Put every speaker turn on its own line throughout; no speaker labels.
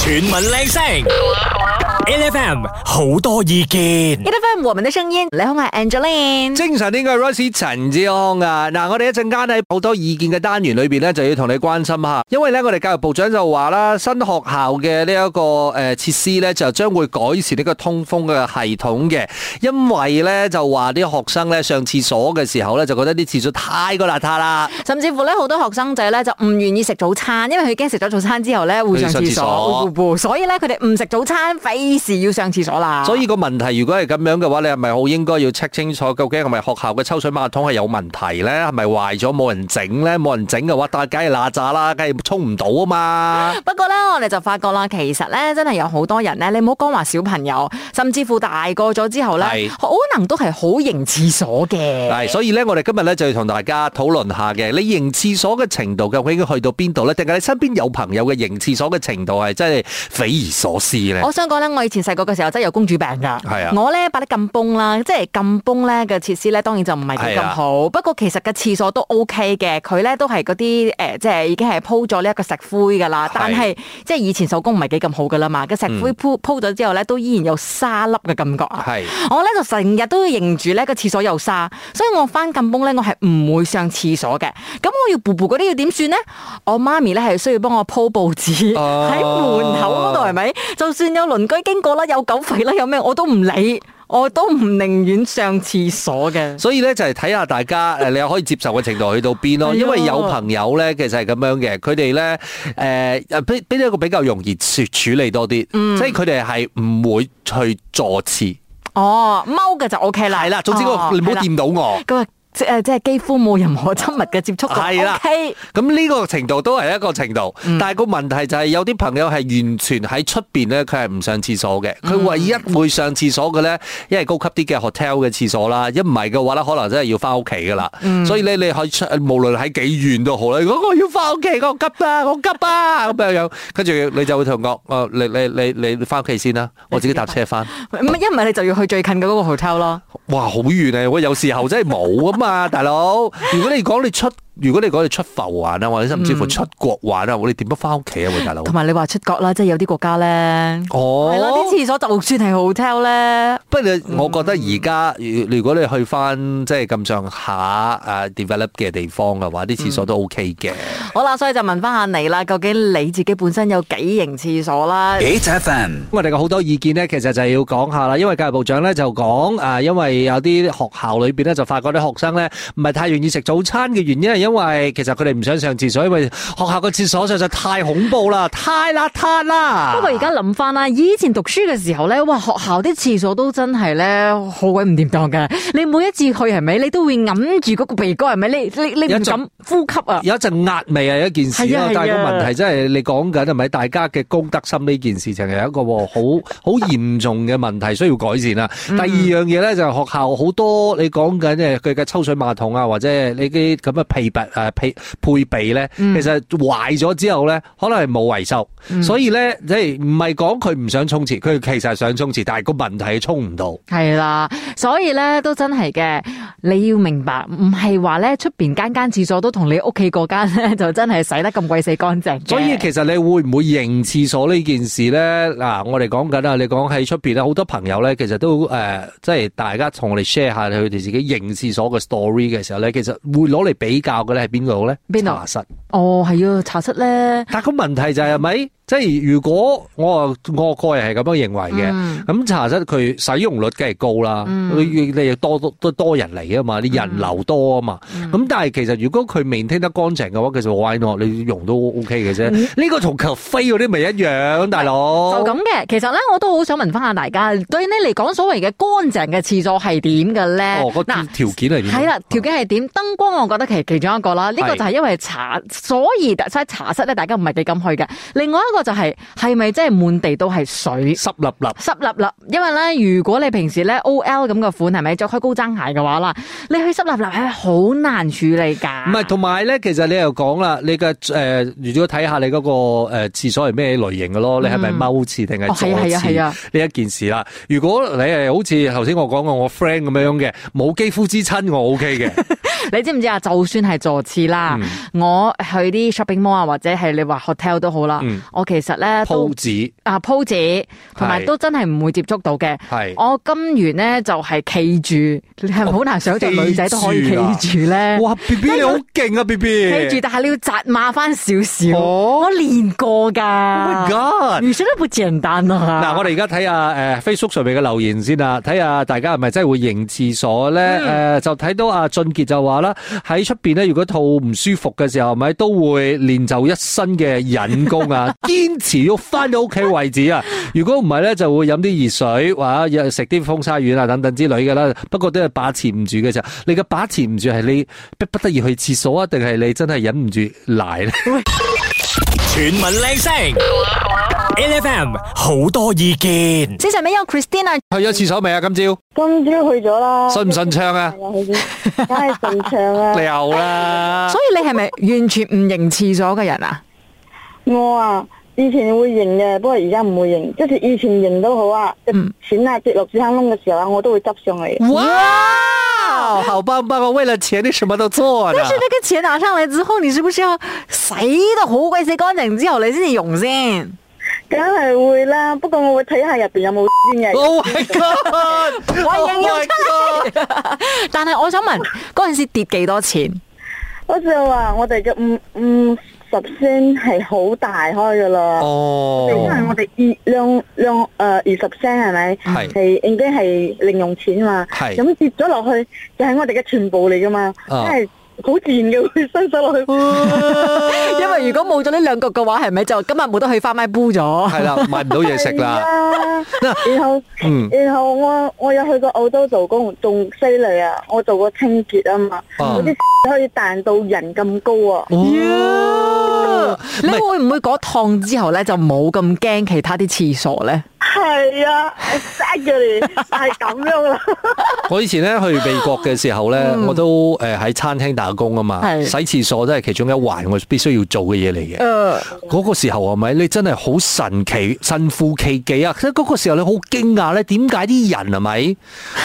全民靚聲，LFM 好多意見。
一得翻我們的聲音，你好，我係 Angeline。
精神呢個係 Royce 陳志康啊！嗱，我哋一陣間喺好多意見嘅單元裏邊咧，就要同你關心下，因為咧我哋教育部長就話啦，新學校嘅呢一個誒設施咧就將會改善呢個通風嘅系統嘅，因為咧就話啲學生咧上廁所嘅時候咧就覺得啲廁所太過邋遢啦，
甚至乎咧，好多學生仔咧就唔願意食早餐，因為佢驚食咗早餐之後咧會上
會
廁
上廁所
所，會會會所以咧佢哋唔食早餐，費事要上廁所啦。
所以個問題如果係咁樣嘅話，你係咪好應該要 check 清楚究竟係咪學校嘅抽水馬桶係有問題咧？係咪壞咗冇人整咧？冇人整嘅話，但係梗係邋遢啦，梗係沖唔到啊嘛。
不過咧，我哋就發覺啦，其實咧真係有好多人咧，你唔好講話小朋友，甚至乎大個咗之後咧
係，
可能都係好型廁所嘅。
係，所以咧，我哋今日咧就要同大家討論下嘅，你型廁所嘅程度究竟去到邊度咧？定係你身邊有朋友嘅型廁所嘅程度係真係匪夷所思咧？
我想講咧，我以前細個嘅時候真係有公主病㗎。
係啊
我咧擺啲禁崩啦，即係禁崩咧嘅設施咧，當然就唔係
啊
幾咁好。不過其實嘅廁所都 OK 嘅，佢咧都係嗰啲誒，即係已經係鋪咗呢一個石灰㗎啦。
係嗯
但係即係以前手工唔係幾咁好㗎啦嘛，個石灰鋪鋪咗之後咧，都依然有沙粒嘅感覺啊。
係
我咧就成日都要認住咧個廁所有沙，所以我翻禁工咧我係唔會上廁所嘅。咁我要步步嗰啲要點算呢？我媽咪咧係需要幫我鋪報紙喺
哦
門口嗰度係咪？就算有鄰居經過啦，有狗吠啦，有咩我都唔理，我都唔寧願上廁所嘅。
所以咧就係睇下大家誒，你可以接受嘅程度去到邊
係
咯。
啊
因為有朋友咧，其實係咁樣嘅，佢哋咧誒俾俾一個比較容易處處理多啲，即係佢哋係唔會去坐廁。
哦，踎嘅就 O K 啦。
係啦，總之
哦
我你唔好。
係啦
掂到我。
佢話即呃誒即係幾乎冇任何親密嘅接觸嘅。
係啦
O K。
咁呢個程度都係一個程度，但係個問題就係有啲朋友係完全喺出邊咧，佢係唔上廁所嘅。佢唯一會上廁所嘅咧，一係高級啲嘅 hotel 嘅廁所啦，一唔係嘅話咧，可能真係要翻屋企噶啦。所以咧，你可以出，無論喺幾遠都好啦。如果我要翻屋企，我急啊，我急啊，咁樣樣，跟住你就會同我講，哦，你你你你翻屋企先啦，我自己搭車翻。
唔係一唔係你就要去最近嘅嗰個 hotel 咯。
哇，好遠啊！我有時候真係冇啊嘛， 大佬。如果你講你出，如果你講你出埠玩啊，或者甚至乎出國玩啊，我哋點樣翻屋企啊？喂，大佬
嗯同。埋你話出國啦，即係有啲國家咧。係啦，
哦
啲，廁所就算係 hotel 咧，
不過
嗯
我覺得而家如如果你去翻即係咁上下誒 develop 嘅地方嘅話，啲廁
嗯
所都 OK 嘅。
好啦，所以就問翻下你啦，究竟你自己本身有幾型廁所啦？
8FM
我哋嘅好多意見咧，其實就係要講下啦，因為教育部長咧就講啊，因為有啲學校裏邊咧就發覺啲學生咧唔係太願意食早餐嘅原因，係因為其實佢哋唔想上廁所，因為學校嘅廁所實在太恐怖啦，太邋遢啦。
不過而家諗翻啦，以前讀書嘅時候咧，哇，學校啲廁所都真係咧好鬼唔掂當嘅。你每一次去係咪，你都會揞住嗰個鼻哥係咪？你你你唔
有一
敢
種
呼吸啊！
有一陣壓味係一件事
係啊係
啦
啊，
但係個問題真係你講緊係咪大家嘅公德心呢件事情係一個喎 好好嚴重嘅問題，需要改善啦。啊
嗯
第二樣嘢咧就係學校好多你講緊誒佢嘅抽水馬桶啊，或者呢啲咁嘅配備誒配配備咧，
嗯
其實壞咗之後咧，可能係冇維修，所以咧即係唔係講佢唔想沖廁，佢其實係想沖廁，但係個問題係沖唔到。
係啦，所以咧都真係嘅，你要明白，唔係話咧出邊間間廁所都同你屋企嗰間咧就真係洗得咁鬼死乾淨嘅。
所以其實你會唔會認廁所呢件事呢？嗱，我哋講緊啊，你講喺出邊咧，好多朋友呢，其實都誒、呃即係大家同我哋 share 下佢哋自己認廁所嘅 story 嘅時候呢，其實會攞嚟比較嘅咧係邊個呢？
邊度
茶室。
哦，係啊，茶室咧，
但個問題就係係咪？即係如果我我個人係咁樣認為嘅，咁、茶室佢使用率梗係高啦，你你又多多多人嚟啊嘛，啲人流多啊嘛，咁、但係其實如果佢 maintain 得乾淨嘅話，其實 why not 你用都 OK 嘅啫。呢、個同 cafe 嗰啲咪一樣，大
就
佬。
咁嘅。其實咧，我都好想問翻下大家，對你嚟講，所謂嘅乾淨嘅廁所係點嘅咧？
哦，嗰條條件係點？
係啦，條件係點？燈光我覺得其其中一個啦，呢、個
係
就係因為茶，所以所以茶室咧，大家唔係幾敢去嘅。另外一個就係係咪真係滿地都係水？
濕立立。
濕立立，因為咧，如果你平時咧 O L 咁嘅款係咪着開高踭鞋嘅話啦，你去濕立立係好難處理㗎。
唔係，同埋咧，其實你又講啦，你嘅誒、呃如果睇下你嗰、個誒、呃、廁所係咩類型嘅咯，你係咪踎廁定係
嗯哦
坐
係啊係啊係
廁
啊
呢一件事啦？如果你係好似頭先我講過我 friend 咁樣嘅，冇肌膚之親，我 OK 嘅。
你知唔知啊？就算係坐廁啦，
嗯
我去啲 shopping mall 啊，或者係你話 hotel 都好啦，
嗯
我其實咧都
鋪子
啊鋪紙，同埋
係
都真係唔會接觸到嘅。
係哦
我金源咧就係企住，你係咪好難想像
企啊
女仔都可以企住咧？
哇，B B 你好勁啊，B B！
企住，但係你要扎馬翻少少。
哦
我練過㗎。
Oh ，My God！
女生都不簡單 啊！
嗱，我哋而家睇下誒 Facebook 上面嘅留言先啦，睇下大家係咪真係會認廁所咧？誒、就睇到阿俊傑就話啦，喺出邊咧，如果肚唔舒服嘅時候，咪都會練就一身嘅引功啊，堅持要翻到屋企為止啊！如果唔係咧，就會飲啲熱水或者食啲風沙丸啊等等之類嘅啦。不過都係把持唔住嘅時候，你嘅把持唔住係你逼不得已去廁所啊，定係你真係忍唔住賴咧？
全民靚聲，LFM 好多意見，
先上面有 Christina，
去咗廁所未啊？今朝
今朝去咗啦，
順唔順暢啊？
係啊 去咗梗係順暢啦。
你又啦。
所以你係咪完全唔認廁所嘅人啊？
我啊，以前會認嘅，不過而家唔會認。即使以前認都好啊，啲
嗯
錢啊跌落屎坑窿嘅時候啊，我都會執上嚟。
哇，好棒棒哦！为了钱，你什么都做呢
但。是那個錢拿上嚟之後，你是不是要洗得好鬼死乾淨之後，你先至用先？
梗係會啦，不過我會睇下入邊有冇先嘅。
Oh my god！
我
Oh
應用
my god！
但係我想問，嗰陣時跌幾多錢？
嗰時候話我哋嘅五五十聲係好大開噶啦。因為
哦，
我哋二兩兩誒二十 c 係咪？
係
係已經係零用錢嘛。
係
咁跌咗落去就係我哋嘅全部嚟噶嘛，即
啊
係好自然嘅會伸手落去。
哦
因為如果冇咗呢兩個嘅話，係咪就今日冇得去花咪煲咗？
系啦，買唔到嘢食 啦。
啦。然後
嗯
然後我我有去過澳洲做工，仲犀利啊！我做過清潔啊嘛，
哦
嗰啲可以彈到人咁高啊！
哦，
你
唔係
會唔會嗰趟之後咧就冇咁驚其他啲廁所咧？
係啊，exactly 係咁樣啦。
我以前咧去美國嘅時候咧，
嗯
我都誒喺餐廳打工啊嘛，
係
洗廁所都係其中一環，我必須要做嘅嘢嚟嘅。
誒，
嗰個時候係咪你真係好神奇、神乎其技啊！即係嗰個時候你好驚訝咧，點解啲人係咪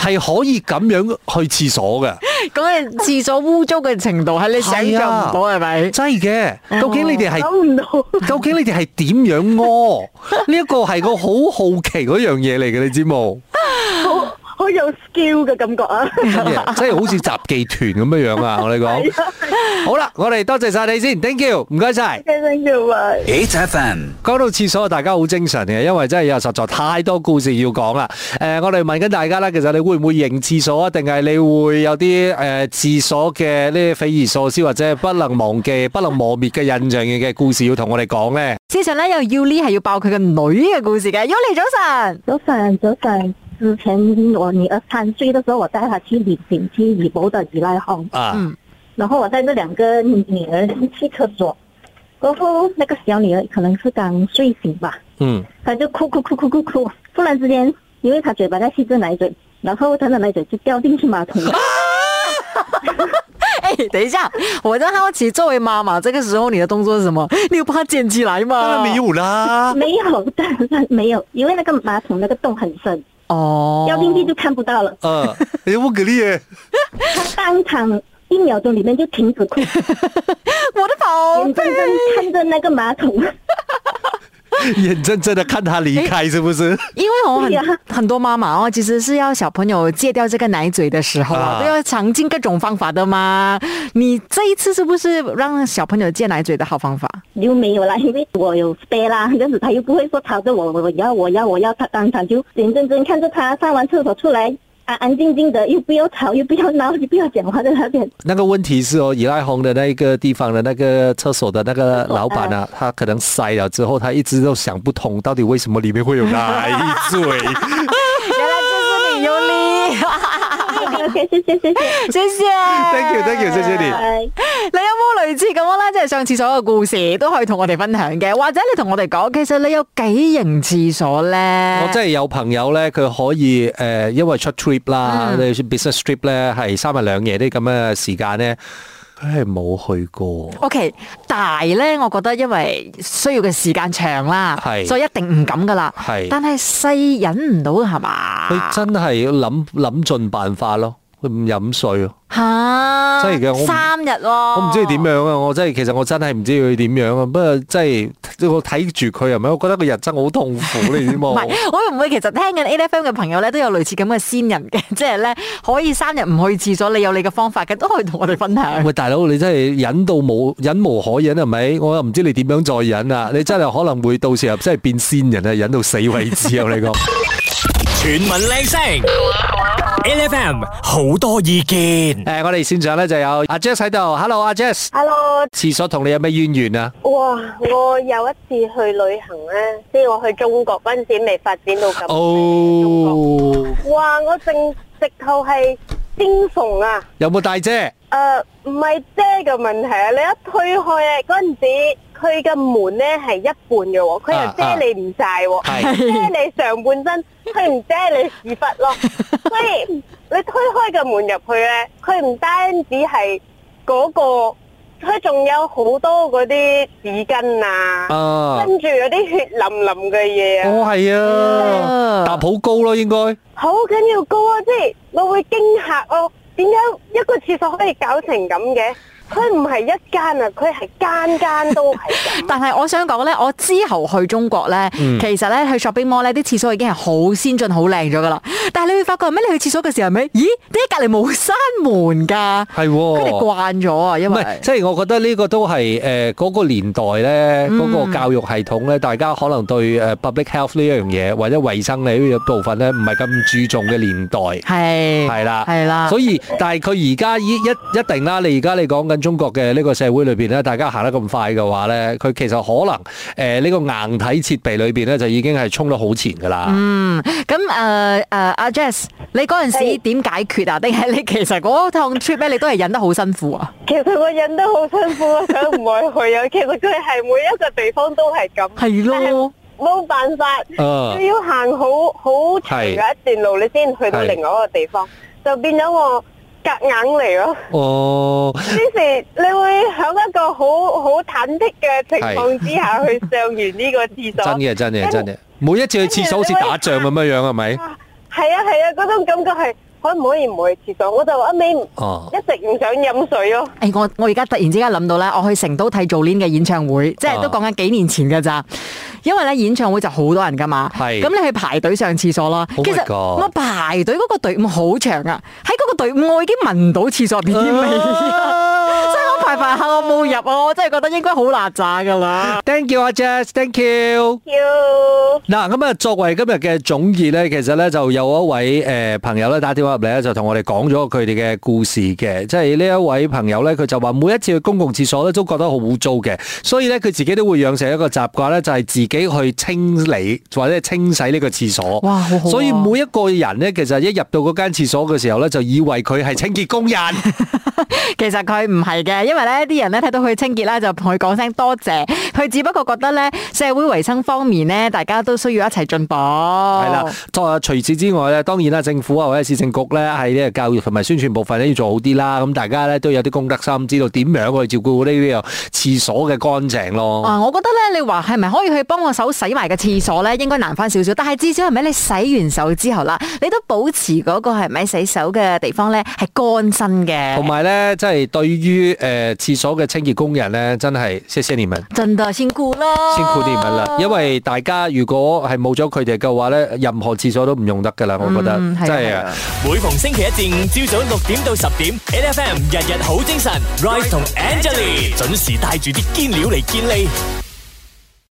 係可以咁樣去廁所嘅？
嗰個廁所污糟嘅程度係你想象唔到
啊
係咪？
真係嘅，究竟你哋 係
諗唔到。
究竟你哋係點樣屙？呢一個係個好好奇嗰樣嘢嚟嘅，你知冇？
好好有 skill 嘅感 覺啊！
真係真係好似雜技團咁樣樣啊！我哋講好啦，我哋多謝晒你先，thank you，唔該晒。
真叫咪
講到廁所，大家好精神嘅，因為真係有實在太多故事要講啦。誒、我哋問緊大家啦，其實你會唔會認廁所啊？定係你會有啲誒、廁所嘅呢啲匪夷所思或者不能忘記、不能磨滅嘅印象嘅故事要同我哋講呢？
之前咧又要呢係要爆佢嘅女嘅故事嘅，Yuli 早晨，
早晨，早晨。之前我女儿三岁的时候，我带她去旅行，去旅游的宜来红，
啊，
嗯
然后我带着两个女儿去厕所，过后那个小女儿可能是刚睡醒吧，
嗯，
她就哭哭哭哭哭哭，突然之间，因为她嘴巴在吸着奶嘴，然后她的奶嘴就掉进 去马桶了。
哎、等一下，我在好奇，作为妈妈，这个时候你的动作是什么？你有把它捡起来吗？
有啦。
没有，但是她没有，因为那个马桶那个洞很深，
哦，
掉进去就看不到了。
呃， 你不给力 耶！
她当场一秒钟里面就 停止哭。
我的宝
眼
贝
睁。睁看着那个马桶，
眼睁睁的看他离开，是不是？
因为我很、
对呀
很多妈妈哦，其实是要小朋友戒掉这个奶嘴的时候啊，
啊
都要尝尽各种方法的嘛。你这一次是不是让小朋友戒奶嘴的好方法？
又没有啦，因为我有 spare 啦，这样子他又不会说吵着我，我我要我要我要，他当场就眼睁睁看着他上完厕所出来，安安静静的，又不要吵，又不要闹，又不要讲话在那边。
那个问题是哦，依赖红的那一个地方的那个厕所的那个老板啊，他可能塞了之后，他一直都想不通，到底为什么里面会有奶嘴？
原来就是你，尤里，
OK OK，谢谢谢谢，
谢谢。
Thank you，thank you，谢谢 你
拜。
你有冇類似咁樣咧？即係上廁所嘅故事都可以同我哋分享嘅，或者你同我哋講，其實你有幾型廁所咧？
我真係有朋友咧，佢可以誒、呃因為出 trip 啦，你、business trip 咧，係三日兩夜啲咁嘅時間咧，佢係冇去過。
OK 大咧，我覺得因為需要嘅時間長啦，
係
所以一定唔敢噶啦。
係
但係細忍唔到係嘛？
佢真係要諗諗盡辦法咯。佢唔飲水啊！
吓，
真係嘅我唔
三日喎，
我
我
唔知佢點。樣啊！我真係其實我真係唔知佢點樣啊！不過真係我睇住佢係咪？我覺得個人生好痛苦，你知
唔
冇？
係，會唔會其實聽緊 A F M 嘅朋友咧，都有類似咁嘅先人嘅， 即係咧可以三日唔去廁所，你有你嘅方法嘅，都可以同我哋分享。
喂，大佬，你真係忍到冇忍無可忍係啊咪？我又唔知你點樣再忍啊！你真係可能會到時候真係變仙人啊，忍到死為止啊！我你講。
全民靚聲，LFM 好多意見
誒、。我哋線上咧就有阿 Jess 喺度，Hello 阿 Jess，
Hello，
廁所同你有咩淵源啊？
哇！我有一次去旅行咧，即係我去中國嗰陣時未發展到咁。
哦，
哇！我正直頭係驚悚啊！
有冇大姐？
誒唔係遮嘅問題啊！你一推開咧嗰陣時，佢嘅門咧係一半嘅喎，佢又
啊啊
遮你唔晒喎，
係
遮你上半身，佢唔遮你屎忽咯。所以你推開嘅門入去咧，佢唔單止係嗰、個，佢仲有好多嗰啲紙巾啊，
啊，
跟住有啲血淋淋嘅嘢啊，
我哦係啊，搭好高咯，應該。
好緊要高啊！即係我會驚嚇咯，點解一個廁所可以搞成咁嘅？佢唔係一間啊，佢係間間都係 咁。
但係我想講咧，我之後去中國咧，
嗯
其實咧去 shopping mall 咧啲廁所已經係好先進、好靚咗噶啦。但係你會發覺咩？你去廁所嘅時候係咪？咦，點解隔離冇閂門㗎？
係
佢
喎
哋慣咗啊，因
哦唔
為
係，即係我覺得呢個都係誒嗰個年代咧，
嗯
嗰、個教育系統咧，大家可能對誒 public health 呢樣嘢或者衞生呢呢部分咧，唔係咁注重嘅年代。
係
係啦，
係啦，
所以但係佢而家依一一定啦，你而家你講緊中國嘅呢個社會裏邊咧，大家行得咁快嘅話咧，佢其實可能誒呢、個硬體設備裏邊咧就已經係衝得好前㗎啦。
嗯，咁誒誒，阿 Jess，你嗰陣時
係
點解決啊？定係你其實嗰趟 trip 咧，你都係忍得好辛苦 啊？
其實我忍得好辛苦，我想唔愛去啊。其實佢係每一個地方都係咁，
係咯，
冇辦法，
嗯
啊
你要行好好長嘅一段路，你先去到
係
另外一個地方，就變咗我夾硬嚟咯。
哦，
之前你會喺一個好好忐忑嘅情況之下去上完呢個廁所，
真嘅真嘅真嘅，每一次去廁所好似打仗咁樣樣係咪？
啊係啊係啊，嗰種感覺係可唔可以唔去廁所？我就一味唔
哦
一直唔想飲水咯。
誒、哎我我而家突然之間諗到咧，我去成都睇 Jolin 嘅演唱會，即係都
啊
講緊幾年前㗎咋。因為咧演唱會就好多人㗎嘛，
係
咁你去排隊上廁所啦。
Oh my
其實
God
我排隊嗰個隊伍好長啊，喺嗰個隊伍我已經聞到廁所 入邊啲味啊，所以我排排下我冇入啊，我真係覺得應該好邋遢㗎啦。
Thank you 阿 Jess，Thank you。
要
嗱，咁啊，作為今日嘅總結咧，其實咧就有一位誒、呃朋友咧打電話入嚟咧，就同我哋講咗佢哋嘅故事嘅，即係呢一位朋友咧，佢就話每一次去公共廁所咧都覺得好污糟嘅，所以咧佢自己都會養成一個習慣咧，就係、自己去清理或者係清洗呢個廁所。
哇好好啊
所以每一個人咧，其實一入到嗰間廁所嘅時候咧，就以為佢係清潔工人。
其實佢唔係嘅，因為咧啲人咧睇到佢清潔啦，就同佢講聲多謝。佢只不過覺得咧社會衞生方面咧，大家都需要一齊進步。
係
係
啦，再除此之外咧，當然啦，政府啊或者市政局咧喺呢個教育同埋宣傳部分咧要做好啲啦。咁大家咧都有啲公德心，知道點樣去照顧呢個廁所嘅乾淨咯。
啊，我覺得咧，你話係咪可以去幫我手洗埋個廁所咧？應該難翻少少，但係至少係咪你洗完手之後啦，你都保持嗰個係咪洗手嘅地方咧係乾身嘅。
同埋咧，即係對於誒廁所嘅清潔工人咧，真係謝謝你們，
真的辛苦啦，
辛苦你們
哦
啦。因為大家如果係冇咗佢哋嘅話咧，任何廁所都唔用得㗎啦。我覺得
嗯係啊
真係
係
啊
啊。
每逢星期一至五朝早六點到十點，LFM 日日好精神，Rise 同 Angelie 準時帶住啲堅料嚟堅利。